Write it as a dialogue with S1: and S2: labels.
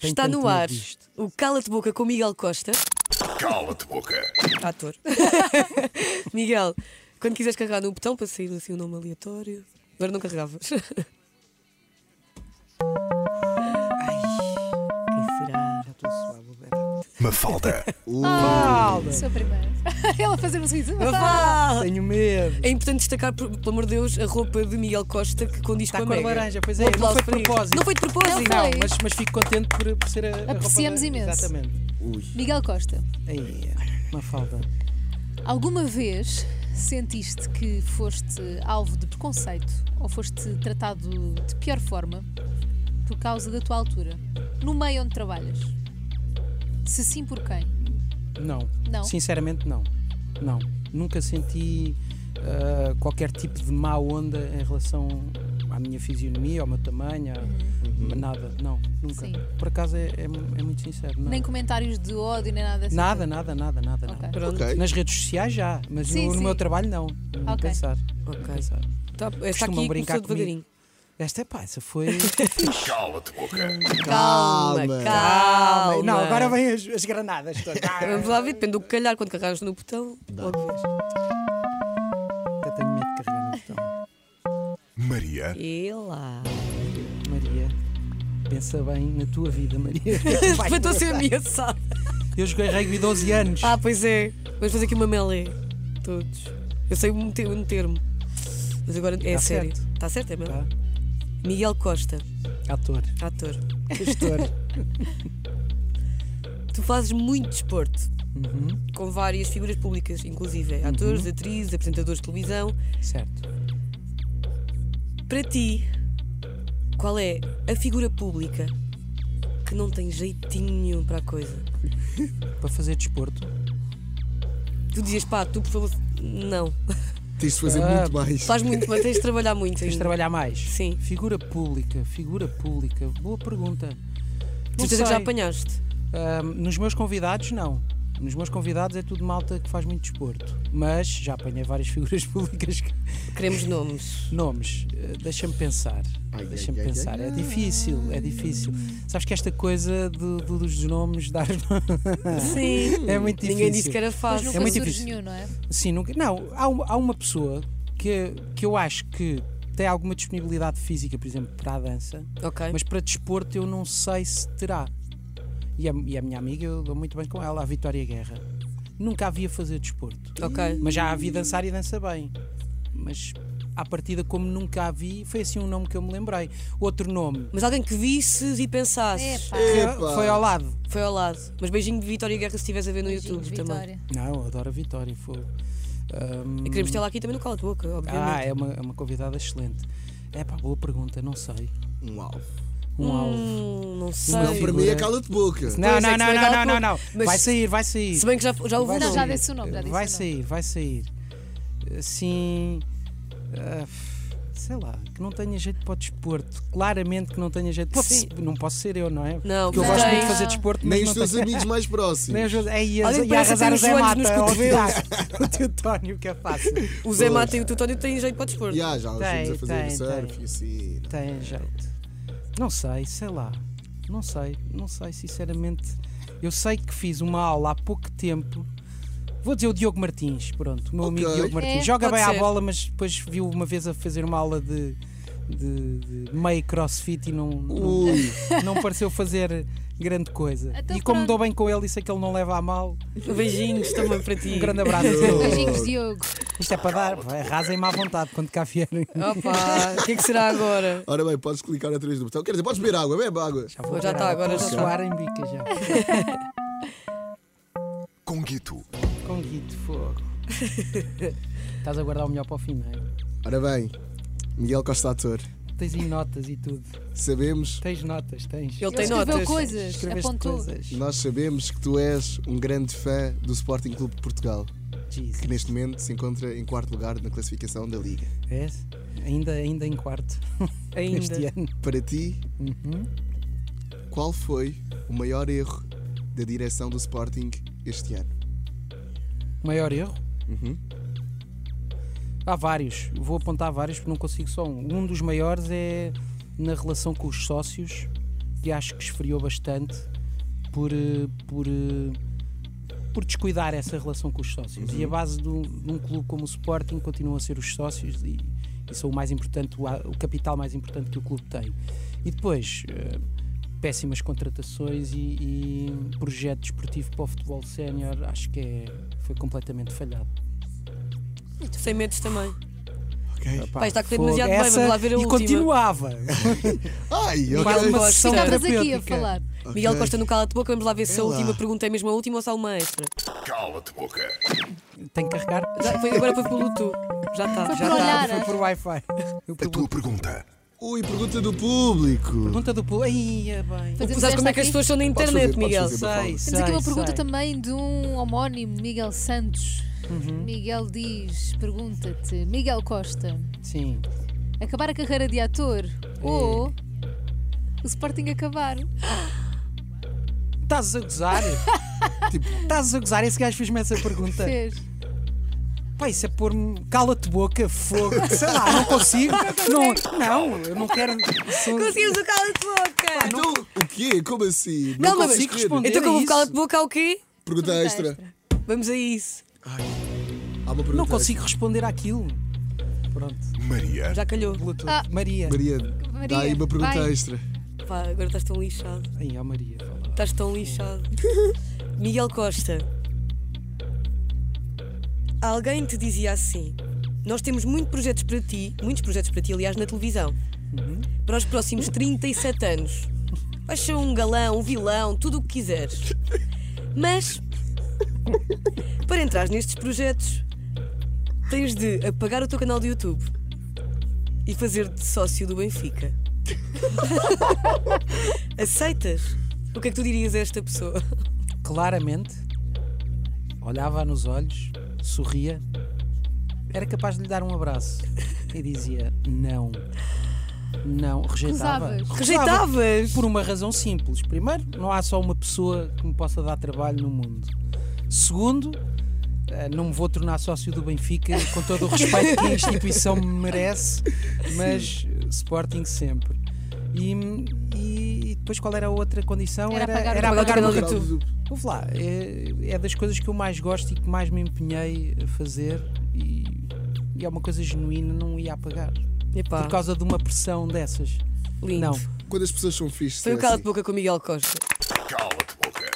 S1: Tem
S2: Está
S1: tanto
S2: no
S1: medo
S2: ar
S1: disto.
S2: o Cala-te Boca com Miguel Costa,
S3: Cala-te boca.
S2: ator. Miguel, quando quiseres carregar no botão para sair assim o nome aleatório. Agora não carregavas. Ai, quem será? Ah,
S3: Mafalda.
S4: Sou a primeira. Ela a fazer um sorriso.
S2: Mafalda!
S1: Tenho medo.
S2: É importante destacar, por- pelo amor de Deus, a roupa de Miguel Costa que condiz
S1: Está
S2: com a
S1: com a
S2: Mega.
S1: laranja, pois
S2: Um
S1: é, não
S2: aplauso
S1: foi de
S2: para ele.
S1: propósito.
S2: Não foi de propósito.
S4: Não
S1: Não,
S4: foi.
S1: mas, mas fico contente por, por ser a, a roupa
S4: Apreciamos
S1: da-
S4: imenso.
S1: Exatamente.
S4: Miguel Costa,
S1: Aí, uma falda.
S4: alguma vez sentiste que foste alvo de preconceito ou foste tratado de pior forma por causa da tua altura, no meio onde trabalhas? Se sim, por quem?
S1: Não.
S4: Não.
S1: Sinceramente, não. Não. Nunca senti ah, qualquer tipo de má onda em relação à minha fisionomia, ao meu tamanho, a- nada. Não, nunca.
S4: Sim.
S1: Por acaso é, é mu- é muito sincero. Não.
S4: Nem comentários de ódio, nem nada assim.
S1: Nada, nada, nada, nada.
S4: Ok.
S1: nada.
S2: Pronto.
S3: Ok.
S1: Nas redes sociais já, mas
S4: Sim,
S1: no, no
S4: sim.
S1: meu trabalho não. Nem
S4: Ok.
S1: pensar.
S2: Ok.
S1: nem pensar.
S2: Tá, esta
S1: Costumam
S2: aqui
S1: brincar
S2: começou
S1: comigo.
S2: devagarinho.
S1: Esta é pá, essa foi.
S3: Cala-te boca.
S2: Calma, calma.
S5: Calma.
S1: Não, agora vêm as, as granadas todas.
S2: Vamos lá ver, depende do que calhar, quando carregares no botão, logo vês.
S1: Eu tenho medo de carregar no botão.
S3: Maria.
S2: E lá.
S1: Maria, pensa bem na tua vida, Maria. Vai,
S2: Estou a ser ameaçada.
S1: Eu joguei rugby 12 anos.
S2: Ah, pois é. Vamos fazer aqui uma melee. Todos. Eu sei um, te- um termo. Mas agora é
S1: Tá
S2: sério.
S1: certo.
S2: Está certo, é mesmo?
S1: Tá.
S2: Miguel Costa,
S1: Ator,
S2: ator.
S1: gestor.
S2: Tu fazes muito desporto.
S1: Uhum,
S2: Com várias figuras públicas, inclusive é atores, atrizes, apresentadores de televisão.
S1: Certo.
S2: Para ti, qual é a figura pública que não tem jeitinho nenhum para a coisa?
S1: Para fazer desporto.
S2: Tu dizias, pá, tu por favor. Não.
S5: Tens de fazer
S1: Ah,
S5: muito mais.
S2: Faz muito, mas tens de trabalhar muito.
S1: Tens de
S2: ainda.
S1: trabalhar mais.
S2: Sim.
S1: Figura pública, figura pública. Boa pergunta. Não
S2: Certeza que já
S1: sei.
S2: apanhaste.
S1: Ah, nos meus convidados, não. Nos meus convidados é tudo malta que faz muito desporto. Mas já apanhei várias figuras públicas. que-
S2: Queremos nomes.
S1: Nomes, eh, deixa-me pensar.
S5: Ai,
S1: Deixa-me
S5: ai, ai,
S1: pensar.
S5: ai,
S1: É difícil, é difícil. Sabes que esta coisa do- do- dos nomes dar
S2: Sim.
S1: é muito difícil.
S2: Ninguém disse que era
S4: Mas
S2: fácil.
S4: nunca
S1: É muito
S4: surge
S1: difícil.
S4: nenhum, não é?
S1: Sim, nunca. Não, há, uma- há uma pessoa que, que eu acho que tem alguma disponibilidade física, por exemplo, para a dança,
S2: Ok.
S1: mas para desporto eu não sei se terá. E a, e a minha amiga, eu dou muito bem com ela, a Vitória Guerra. Nunca a via fazer desporto.
S2: Ok.
S1: Mas já a vi dançar e dança bem. Mas à partida, como nunca a vi, foi assim um nome que eu me lembrei. Outro nome
S2: Mas alguém que visses e pensasses.
S4: Epá.
S1: que
S5: Epá.
S1: foi ao lado.
S2: Foi ao lado. Mas beijinho de Vitória Guerra se estivesse a ver no
S4: Beijinhos,
S2: YouTube também.
S4: Vitória.
S1: Não, eu adoro a Vitória. Foi. Ahm,
S2: E queremos tê-la aqui também no colo de boca,
S1: Ah,
S2: obviamente.
S1: é uma, é uma convidada excelente. É pá, boa pergunta, não sei.
S5: Um alvo.
S1: Um alvo.
S2: Hum, não sei.
S1: Uma
S5: Não, para
S1: figura.
S5: mim é cala-te boca.
S1: Não,
S2: Pois é que
S1: não, não,
S2: se vai
S1: não,
S2: dar
S1: não, não,
S2: pouco. Mas-
S1: Vai sair, vai sair.
S2: Se bem que já, já houve
S1: Vai
S2: um
S4: Não, já
S2: nome.
S4: disse o nome, já disse
S1: Vai
S4: o nome.
S1: sair, vai sair. Assim. ah, sei lá, que não tenha jeito para o desporto. Claramente que não tenha jeito. Pode
S2: Sim.
S1: ser- não posso ser eu, não é?
S2: Não,
S1: Porque eu
S2: não.
S1: gosto muito de
S4: Não.
S1: fazer desporto, mas
S5: Nem os
S1: não
S5: teus
S1: tenho-
S5: amigos mais
S1: Nem
S5: próximos.
S1: os teus- É, e a,
S2: Alguém
S1: e a
S2: parece
S1: arrasar
S2: ter
S1: o
S2: os
S1: Zé
S2: joelhos
S1: Mata. é
S2: nos
S1: ó,
S2: cotovelos.
S1: O teu Tónio, que é fácil.
S2: O Zé Mata e o Tutónio têm jeito para o desporto.
S5: Já, já, os
S1: Tem,
S5: estamos a fazer
S1: tem,
S5: surf
S1: tem.
S5: e assim. não.
S1: Tem jeito. Não sei, sei lá. Não sei, não sei, sinceramente. Eu sei que fiz uma aula há pouco tempo. Vou dizer o Diogo Martins, pronto, o meu
S5: Ok.
S1: amigo Diogo Martins.
S4: É,
S1: Joga
S2: pode
S1: bem
S2: ser.
S1: à bola, mas depois viu uma vez a fazer uma aula de, de- de meio crossfit e não, não,
S5: Ui,
S1: não pareceu fazer grande coisa.
S4: Então
S1: e como
S4: pronto.
S1: dou bem com ele e sei que ele não leva a mal,
S2: Beijinhos Um também para ti.
S1: um grande abraço.
S4: Beijinhos, Diogo.
S1: Isto é para dar, vai, arrasem-me à vontade quando cá vierem.
S2: Opa, o que é que será agora?
S5: ora bem, podes clicar atrás do botão. Quer dizer, podes beber água, bebe água.
S1: Já vou
S2: Já
S1: ver
S2: está,
S1: a-
S2: agora já
S1: vou
S2: está.
S1: suar em bica já.
S3: Conguito.
S1: Com guito, fogo. Estás a guardar o melhor para o fim, não é?
S5: Ora bem, Miguel Costa Ator.
S1: Tens aí notas e tudo.
S5: Sabemos,
S1: Tens notas, tens.
S2: Ele tem
S4: escreveu
S2: notas.
S4: coisas,
S1: Escreveste
S4: apontou.
S1: coisas.
S5: nós sabemos que tu és um grande fã do Sporting Clube de Portugal, que
S1: Jesus.
S5: neste momento se encontra em quarto lugar na classificação da Liga.
S1: Vês? Ainda, ainda em quarto.
S2: Ainda.
S1: Este ano.
S5: Para ti, qual foi o maior erro da direção do Sporting este ano?
S1: Maior erro? Há vários. Vou apontar vários porque não consigo só um. Um dos maiores é na relação com os sócios que acho que esfriou bastante por, eh, por, eh, por descuidar essa relação com os sócios. E a base do- de um clube como o Sporting continuam a ser os sócios e, e são o mais importante, o, a- o capital mais importante que o clube tem. E depois, eh, péssimas contratações e, e projeto desportivo para o futebol sénior, acho que é, foi completamente falhado.
S2: Sem medos também.
S5: Ok.
S1: Epá,
S2: Pai, está a correr
S1: fogo,
S2: demasiado bem, vamos
S1: essa-
S2: lá ver a
S1: e
S2: última.
S1: continuava.
S5: Ai, ok.
S1: Quase uma
S2: Costa.
S1: sessão
S4: Estavas aqui a
S1: terapêutica.
S4: falar.
S2: Miguel
S5: Ok.
S2: Costa no cala de boca, vamos lá ver se a
S5: Sei lá.
S2: última pergunta é mesmo a última ou se há uma extra.
S3: Cala-te boca.
S1: Tem que carregar?
S2: Já foi- agora foi pelo Bluetooth. Já está,
S4: Foi
S2: já tá.
S4: por
S2: está.
S4: olhar.
S1: Foi por Wi-Fi. Eu
S3: A
S1: pergunto.
S3: tua pergunta.
S5: Ui, pergunta do público.
S1: Pergunta do povo. Ai, é bem.
S4: Fazemos
S2: Sabes como
S4: esta
S2: é que as
S4: aqui?
S2: pessoas são na
S5: Podes
S2: internet,
S5: fazer, podes
S2: Miguel?
S5: fazer.
S1: Sei,
S4: Temos aqui
S1: sei,
S4: uma pergunta
S1: sei.
S4: também de um homónimo, Miguel Santos.
S1: Uhum.
S4: Miguel diz: pergunta-te, Miguel Costa,
S1: Sim.
S4: acabar a carreira de ator ou o Sporting acabar?
S1: Estás a gozar? tipo, estás a gozar? Esse gajo fez-me essa pergunta.
S4: Fez.
S1: Pá, isso é pôr-me. Cala-te boca, fogo. Sei lá, não consigo. não, não, eu não quero. sou-
S2: Conseguimos o cala de boca!
S5: Então, o quê? Como assim?
S2: Calma,
S5: vais
S1: consigo
S5: querer?
S1: responder.
S2: Então, como o
S1: isso.
S2: cala de boca, há o quê?
S5: Pergunta extra.
S2: Vamos a isso.
S5: Há uma pergunta
S1: Não consigo responder àquilo. Pronto.
S3: Maria.
S1: É.
S2: Já calhou.
S1: Bluetooth.
S4: Ah.
S1: Maria.
S5: extra. Maria, dá aí uma pergunta
S4: vai.
S5: extra.
S2: Pá, agora estás tão lixado.
S1: Ai, ó Maria. fala.
S2: Estás tão lixado. Miguel Costa. Alguém te dizia assim: Nós temos muitos projetos para ti, muitos projetos para ti, aliás, na televisão. Para os próximos 37 anos. Vais ser um galão, um vilão, tudo o que quiseres. Mas, para entrar nestes projetos, tens de apagar o teu canal do YouTube e fazer-te sócio do Benfica. Aceitas? O que é que tu dirias a esta pessoa?
S1: claramente, olhava nos olhos, sorria, era capaz de lhe dar um abraço e dizia não, não, rejeitava.
S4: Recusavas.
S2: Rejeitavas?
S1: Por uma razão simples. Primeiro, não há só uma pessoa que me possa dar trabalho no mundo. Segundo, eh, não me vou tornar sócio do Benfica, com todo o respeito que a instituição me merece, mas eh, Sporting sempre. E, e- e depois qual era a outra condição?
S4: Era apagar o
S1: era
S4: canal
S1: apagar
S2: do
S1: o
S2: YouTube.
S1: YouTube. Vamos lá, é, é das coisas que eu mais gosto e que mais me empenhei a fazer e, e é uma coisa genuína, não ia apagar.
S2: Epá,
S1: Por causa de uma pressão dessas.
S2: lindo.
S1: Não.
S5: Quando as pessoas são fixas.
S2: Foi
S5: é
S2: o cala
S5: assim.
S2: de boca com o Miguel Costa.
S3: Cala-te boca.